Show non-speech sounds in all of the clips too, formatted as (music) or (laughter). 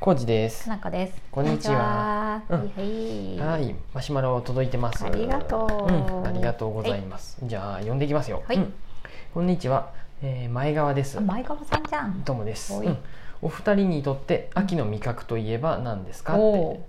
コウジですか。なこです。こんにちはこんにちははいは。はいい、マシュマロ届いてます。ありがとううんありがとうございます。じゃあ読んでいきますよ。はいうんこんにちは、えー前川ですあ。前川さんじゃん。ともです。はういんお二人にとって秋の味覚といえば何ですかっおて。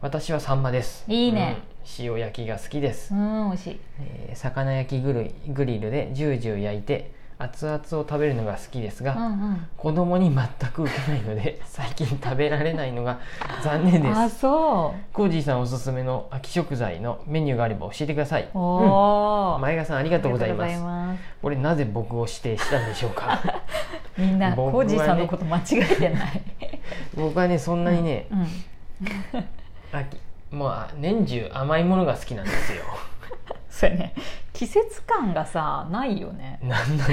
私はサンマです。いいねうん。塩焼きが好きですう。ん、美味しい。えー魚焼きグルグリルでジュージュー焼いて熱々を食べるのが好きですうが、ん子供に全く受けないので最近食べられないのが残念うでん。すあ、そコージーさんおすすめの秋食材のメニューがあれば教えてください。う。おお。前川さんありがとうございます。ありがとうございこれなぜ僕を指定したんでしょうか。 (laughs) ますみんな、僕コはーねジーさんのこと間違えてない。僕はねそんなにね、 (laughs) うん。秋もうあ年中甘いものが好きなんですよ。そうやね。季節感がさ、ないよね。なんなの。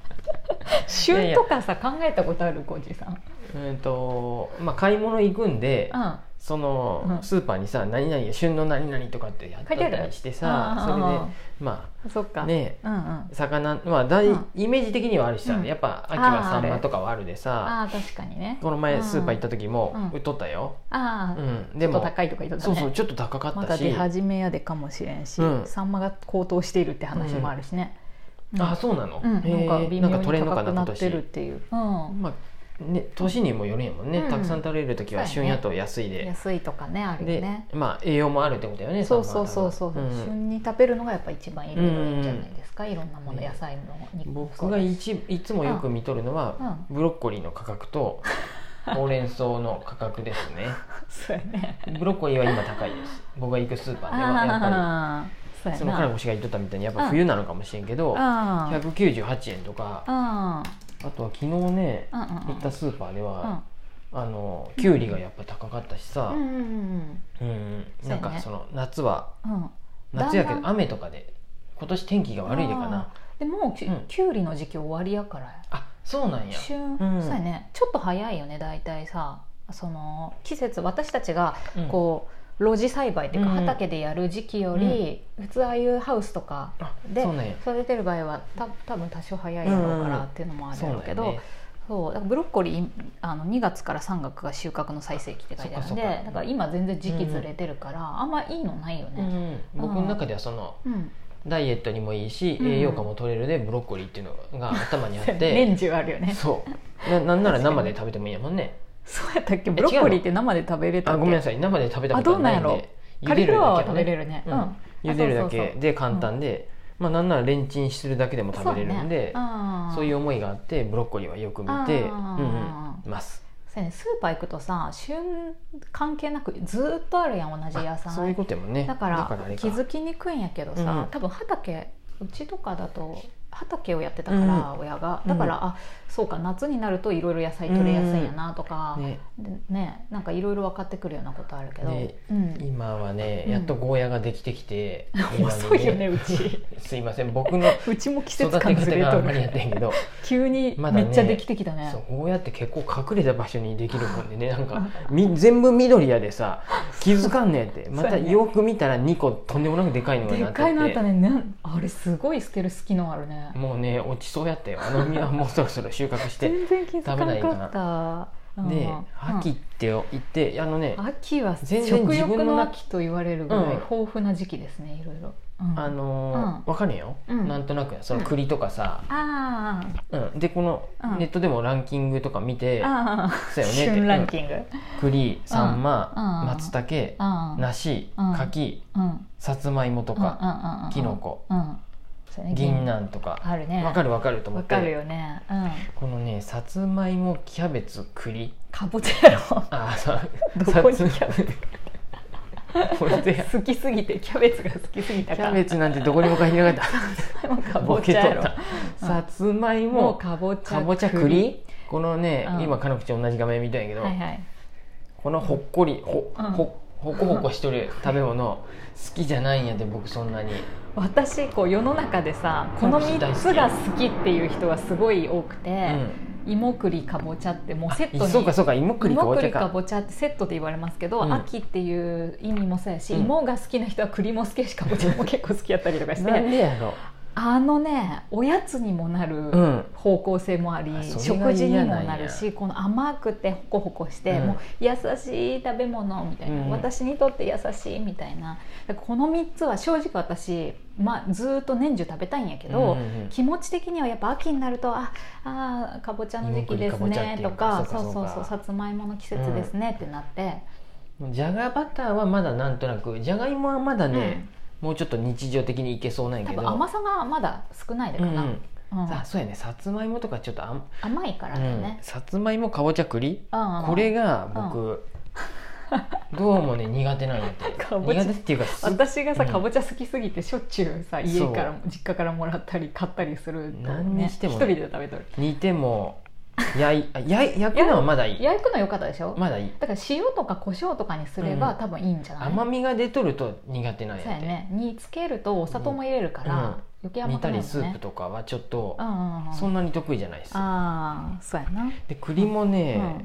(laughs) 旬とかさ、考えたことあるコージーさん。うんとまあ買い物行くんで。うん。そのうんスーパーにさ「何々旬の何々」とかってやっ書ていてあるたりしてさあーそれでまそっか。あ。ねうんうん。魚まあ大うんイメージ的にはあるしさうんやっぱ秋はサンあーあマるとかはあるでさああ、確かにね。この前スーパー行った時もうん売っとったよああ、うん、ちでょっとも高いとか言っとったそうね。そうちょっと高かまっただし、出始めやでかもしれんし、うんサンマが高騰しているって話もあるしね、うんあそうなの、うん、なんへえか微なんか妙に取れんの高かくなな今ってるっ年、ていう、うん、まあね、年にもよるんやもんね、うんたくさん取れる時はそう旬やねやと安いで、安いとかねあるよで、ねまあ栄養もあるってことだよねそうそうそうそう、サンマは多分旬に食べるのがやっぱ一番いいのがいいんじゃないですか、いろんなものね野菜のう肉んも僕がいちいつもよく見とるのは、ブロッコリーの価格と (laughs) ほうれん草の価格ですねそうやねブロッコリーは今高いです僕が行くスーパーではやっぱああそりうやその金な子氏が言っとったみたいにやっぱ冬なのかもしれんけどあー198円とかああとは昨日ねーうんうん行ったスーパーでうんは、あのキュウリがやっぱ高かったしさう、んうんううんんそうなやんねかその夏はうんうん夏やけだどんだん雨とかで今年天気が悪いでかなあーでもうき,、ゅうんきゅうりの時期終わりやからあそうなんや旬、うんそうやねちょっと早いよね大体さその季節私たちがうんこう、露地栽培っていうかうんうん畑でやる時期より、普通ああいうハウスとかあでそうなんや育ててる場合はた多分多少早いだろうかうんうんらっていうのもあるそやうろなうんけやど、ねそうだからブロッコリーあの2月から3月が収穫の最盛期って書いてあるんでそっかそっかだから今全然時期ずれてるから、あんまいいのないようんね。うん僕の中ではそのうん、ダイエットにもいいしうん栄養価も取れるでブロッコリーっていうのが頭にあっ (laughs) 年て中あるよね。そうななんなら生で食べてもいいやもんね (laughs) そうやったっけブロッコリーって生で食べれたっあけごめんなさい生で食べたことはないんあどうなんやでカリフラワーはも食べれるね。うん茹でるだけで簡単で、まあなんならレンチンするだけでも食べれるんでそう,、いうう。思いがあってブロッコリーはよく見て、うんあーうん、ますそうやねスーパー行くとさ旬関係なくずっとあるやん同じ野あそういう菜ことやもんねだからあれか気づきにくいんやけどさ、うんうん多分畑うちとかだと畑をやってたかうんら親が、だから、あそうか夏になるといろいろ野菜取れやすいんやなとか、ねでねなんかいろいろ分かってくるようなことあるけど、ねうん、今はねうんやっとゴーヤができてきて、今に (laughs) 遅いよねうちすいません僕のうちも季育節て感ず方れがあとんまりやっるてんけど、 (laughs) 急にまだめねっちゃできてきたねそうゴーヤって結構隠れた場所にできるもん (laughs) でねなんかみ全部緑やでさ気づかんねえってまたそうやねよく見たら2個とんでもなくでかいのがなでっかいのあてってたねなんあれすごい捨てる隙のあるねもうね落ちそうやったよあの実はもうそろそろ収穫して全然気づか食べないなかかったで (laughs) うん秋って言ってあのねうん秋は全然食自欲分のの中秋と言われるぐらいうん豊富な時期ですねいろいろ、うんあのーわかるようんなんとなくやその栗とかさあーうんでこのうんネットでもランキングとか見てあそうーよねって旬ランキング、栗サンうマん松茸あー梨うん柿うんうんさつまいもとうんうんかうんうんきのこうんそうね銀杏とかあるねわかるわかると思わっかるてよね、うん、このねさつまいもキャベツ栗かぼちゃやろあそうどこにさつキャベツ (laughs) これで好きすぎてキャベツが好きすぎたキからャベツなんてどこにも書いてなかっもうかたぼちゃやろボケとったさつまいもうもかぼちゃかぼちゃ栗このねうん今かのくちゃん同じ画面見たんやけどはいはいこのほっこりほうんほほこほこしてる食べ物 (laughs) 好きじゃないんやで僕そんなに私こう世の中でさこの3つが好きっていう人がすごい多くうて、ん芋栗かぼちゃってもうセットあにそうかそうか芋栗か芋ぼちゃ栗かかぼちゃってセットで言われますけど、うん秋っていう意味もそうやし、うん芋が好きな人は栗も好きやしかぼちゃも結構好きやったりとかしなんてでやろあのねおやつにもなうるん方向性もあり、あそれが食事に嫌もなんやなるしこの甘くてホコホコして、うんもう優しい食べ物みたいな、うん私にとって優しいみたいなだからこの3つは正直私、まあ、ずーっと年中食べたいんやけど、うんうんうん気持ち的にはやっぱ秋になるとああーかぼちゃの時期です芋栗かぼちゃっねていとうかかそそううかそうかそうそうさつまいもの季節ですねってなって、じゃがバターはまだなんとなくじゃがいもはまだね、もうちょっと日常的にいけそうなんうんや多けど分甘さがまだ少ないでうかんな、うんうんあそうやねさつまいもとかちょっとあん、甘いからうだよんね、、さつまいもかぼちゃ栗うんうんこれが僕、どうもね苦手なんや (laughs) ってかぼちゃ苦手っていうかす私がさうんかぼちゃ好きすぎてしょっちゅうさ家からも実家からもらったり買ったりすると何にねして一もね人で食べとる煮ても焼いあ焼い焼くのはまだいい焼くの良かったでしょまだいいだから塩とか胡椒とかにすればうん多分いいんじゃない甘みが出とると苦手なんやそうやって、ね煮つけるとお砂糖も入れるかうんら余計甘煮くなたるよりねスープとかはちょっとうんうんうんそんなに得意じゃないですああそうやなで栗もね、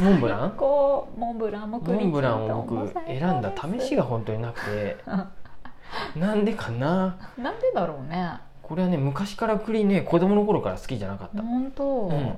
モンブランこうモンブランも栗モンブランをきん僕とんも最高です選んだ試しが本当になく (laughs) てうなんでかなんなんでだろうねこれはね昔から栗ね子供の頃から好きじゃなかった、本当うん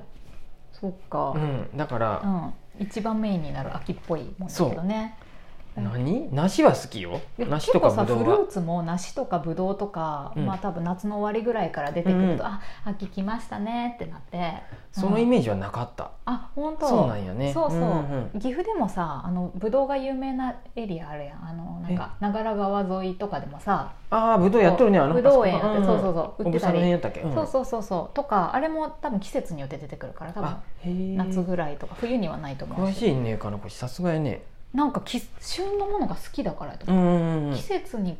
そっかうん、だから、うん、一番メインになる秋っぽいもんだけどねうん何梨は好きよで梨とか結構さぶどフうルはーツも梨とかぶどうとか、うんまあ多分夏の終わりぐらいから出てくると、うんあ秋来ましたねってなってそのイメージはなかった、あ本当そうなんよねそうそう、んん岐阜でもさあのぶどうが有名なエリアあるやんあのなんか長良川沿いとかでもさああぶどうやっとるねあのぶどう園やってあそこうそうそう売おってぶたさんの辺り、やったっけ、んそうそうそうそうとかあれも多分季節によって出てくるから多分あへえ夏ぐらいとか冬にはないと思う詳ししいねかなこさすがやねなんかき旬のものが好きだからやと思ううんうんうん季節に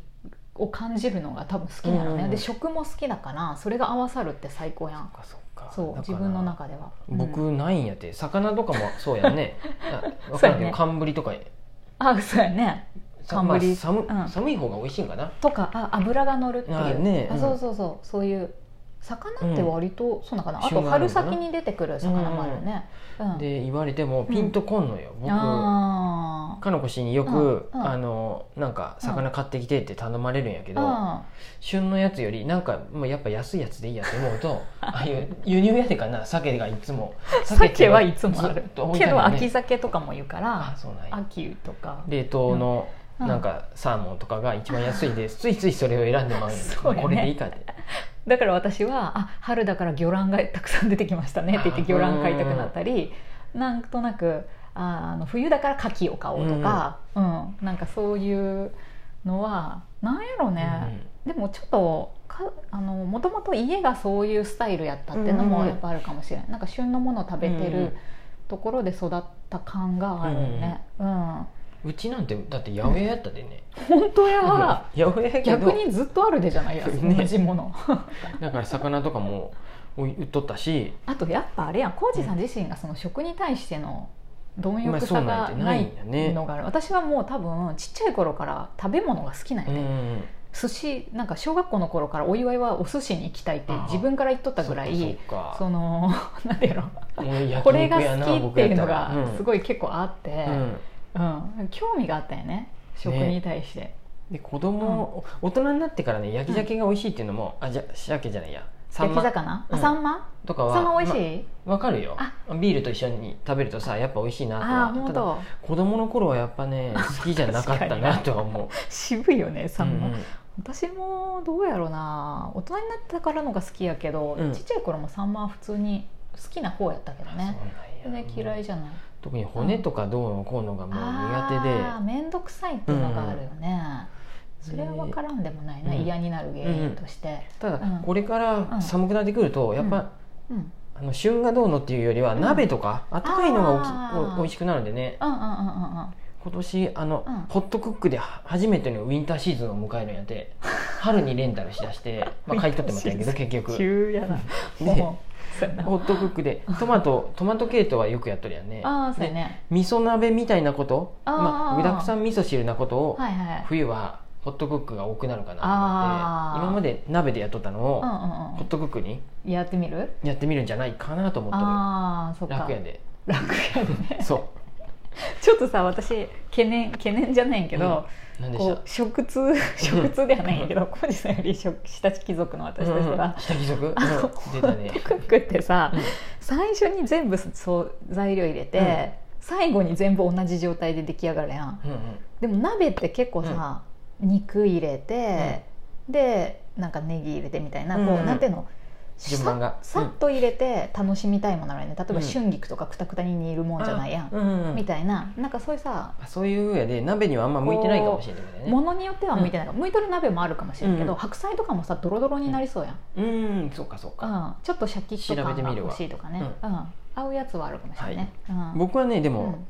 を感じるのが多分好きなのね、うんで食も好きだからそれが合わさるって最高やんそっかそうだから自分の中では僕うんないんやって魚とかもそうやんね (laughs) あわからんそうけやどね寒ぶりとかあそうやねさ寒ぶりまあ寒うん寒い方が美味しいんかなとかあ油が乗るっていうああ、ねうんそうそうそうそういう魚って割と、そうなのかなあ旬とがある春のかな先に出てくる魚もあるよね、うんで言われてもピンとこんのよ、僕あかのこ氏によく、うんうんあのなんか魚買ってきてって頼まれるんやけど、あ旬のやつよりなんかもうやっぱ安いやつでいいやと思うとああいう輸入屋でかな鮭がいつも鮭はいつもあるずっと置いてけあるどよね秋鮭とかも言うかあらそうなんや秋とか冷凍のうんなんかサーモンとかが一番安いです、ついついそれを選んでまうそうやねこれでいいかってだから私はあ春だから魚卵がたくさん出てきましたねって言って魚卵買いたくなったりなんとなくああの冬だから牡蠣を買おうとか、うんなんかそういうのはなんやろうね、でもちょっとかあのもともと家がそういうスタイルやったっていうのうんうもんやっぱあるかもしれない、なんか旬のものを食べてうんうんるところで育った感があるよね、うんうんうちなんてだって八百屋やったでね、本当やわ八百屋やけ逆どにずっとあるでじゃないやね同じもの。だから魚とかも売っとったしあとやっぱあれやん浩二さん自身がその食に対しての貪欲まさあがそうななんいてないんだねのがある私はもう多分ちっちゃい頃から食べ物が好きなんうやんね、うん寿司なんか小学校の頃からお祝いはお寿司に行きたいってああ自分から言っとったぐらそっいかそその (laughs) なんていうのっかもう (laughs) 焼肉やなこれが好きっていうの僕やったらがんすごい結構あって、ううんん興味があったよね食に対して、で子供、大人になってからね焼き鮭が美味しいっていうのも、あじゃ鮭じゃないやサン焼きマ魚、うんあサンマとかはサンマ美味いしい、わ、かるよビールと一緒に食べるとさやっぱ美味しいなとああは本ただ当子供の頃はやっぱ (laughs) ね好きじゃなかったなとは思う渋いよねサンマ、うんうん私もどうやろうな大人になったからのが好きやけど、うんちっちゃい頃もサンマは普通に好きな方やったけどねそうなんや全然嫌いじゃない特に骨とかどうのこうのがもう苦手で、あー面倒くさいっていうのがあるよね、それは分からんでもないな、うん嫌になる原因として、ただ、うんこれから寒くなってくると、やっぱ、うんうん、あの旬がどうのっていうよりは、うん鍋とかあったかいのあがおきおー美味しくなるんでねうんうんうんうん今年あの、うんホットクックでは初めてのウィンターシーズンを迎えるんやっ (laughs) て春にレンタルしだして、まあ、買い取ってもらったんやけど結うん局急やなねもうそうやなホットクックでトマトトマト系統はよくやっとるやんねああそうやね味噌鍋みたいなことあーまあ、具だくさん味噌汁なことを、はいはい冬はホットクックが多くなるかなとあー思って今まで鍋でやっとったのを、うんホットクックにうんうんやってみるやってみるんじゃないかなと思っああとそっるか楽やで楽やねそうちょっとさ私化懸念懸念じゃないんやけど、何でしこたう食通食通ではないんやけど浩二さんより食親し貴族の私としては、下貴族、うんあの出たホッねトクックってさ、うん最初に全部そう材料入れて、うん最後に全部同じ状態で出来上がるやんうんうんでも鍋って結構さ、肉入れて、でなんかネギ入れてみたいな、うんこうなんていうの順番がさうんさっと入れて楽しみたいものなのよね例えうばん春菊とかくたくたに煮るもんじゃないやん、うんうんうんみたいななんかそういうさあそういうやで鍋にはあんま向いてないかもしれないねものによっては向いてない、向いてる鍋もあるかもしれんけど、うん白菜とかもさドロドロになりそうやん、うんそうかそううか、ん、ちょっとシャキッと調べて感がみるわ欲しいとかね、うん合うやつはあるかもしれないね、うん僕はねでうも、ん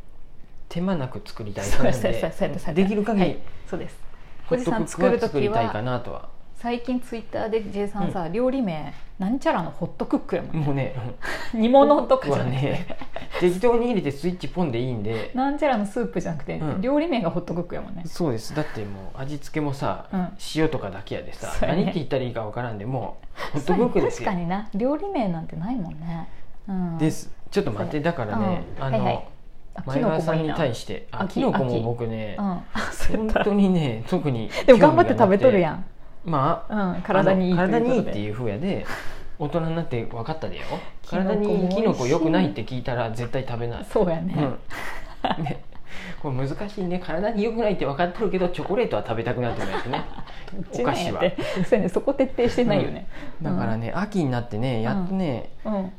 手間なく作りたいそう感やじそうやそうでやそうやそうやできる限はりいそうですホットクッおクじさん作るは時は作りたいかなとは最近ツイッターで J さんさ、料理名なんちゃらのホットクックやもんもうね煮 (laughs) 物とか僕じゃはなくて、ね (laughs) 適当に入れてスイッチポンでいいんでなんちゃらのスープじゃなくて、うん料理名がホットクックやもんねそうですだってもう味付けもさ、うん塩とかだけやでさ、そうやね何って言ったらいいかわからんでもうホットクックです確よかにな料理名なんてないもんね、うん、ですちょっと待ってだからね、うんあの、はいはいあキ前ノ川コさもんいいにな対してあ秋キノコも僕ねうん、あそう (laughs) やっ本た当にね特に (laughs) でも頑張って食べとるやんん、まあうん、体にいいあの体にいいっとていういうふうや (laughs) で大人になって分かったでよキノコ体も美味しいにキノコ良くないって聞いたら絶対食べないことでそうやね、うん、ねこれ難しいね体に良くないって分かってるけどチョコレートは食べたくなってもやつ (laughs) ねお菓子はうちなんやて (laughs) そうやねそこ徹底してないよね、だからね、秋になってねやっとね、うん、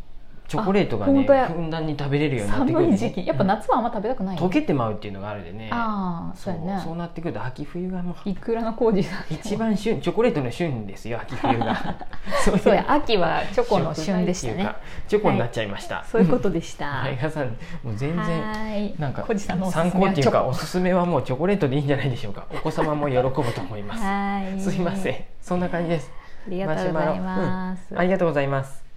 チョコレートがね本当やふんだんに食べれるようになってくる、寒ね、い時期やっぱ夏はあんま食べたくないよ溶けてまうっていうのがあるでねああそそううやねそうなってくると秋冬がもういくらの工事さんでも一番旬チョコレートの旬ですよ秋冬が (laughs) そそうや秋はチョコの旬でした食材っていねうかチョコになっちゃいました、そういうことででした、前川さんもう全然然なんか小路さんのおすすめ参は考っていうかおチすすめはもうチョコレートでいいんじゃないでしょうかお子様も喜ぶと思いョコまはーいすすいませんそんな感じですありがとうございます、ありがとうございます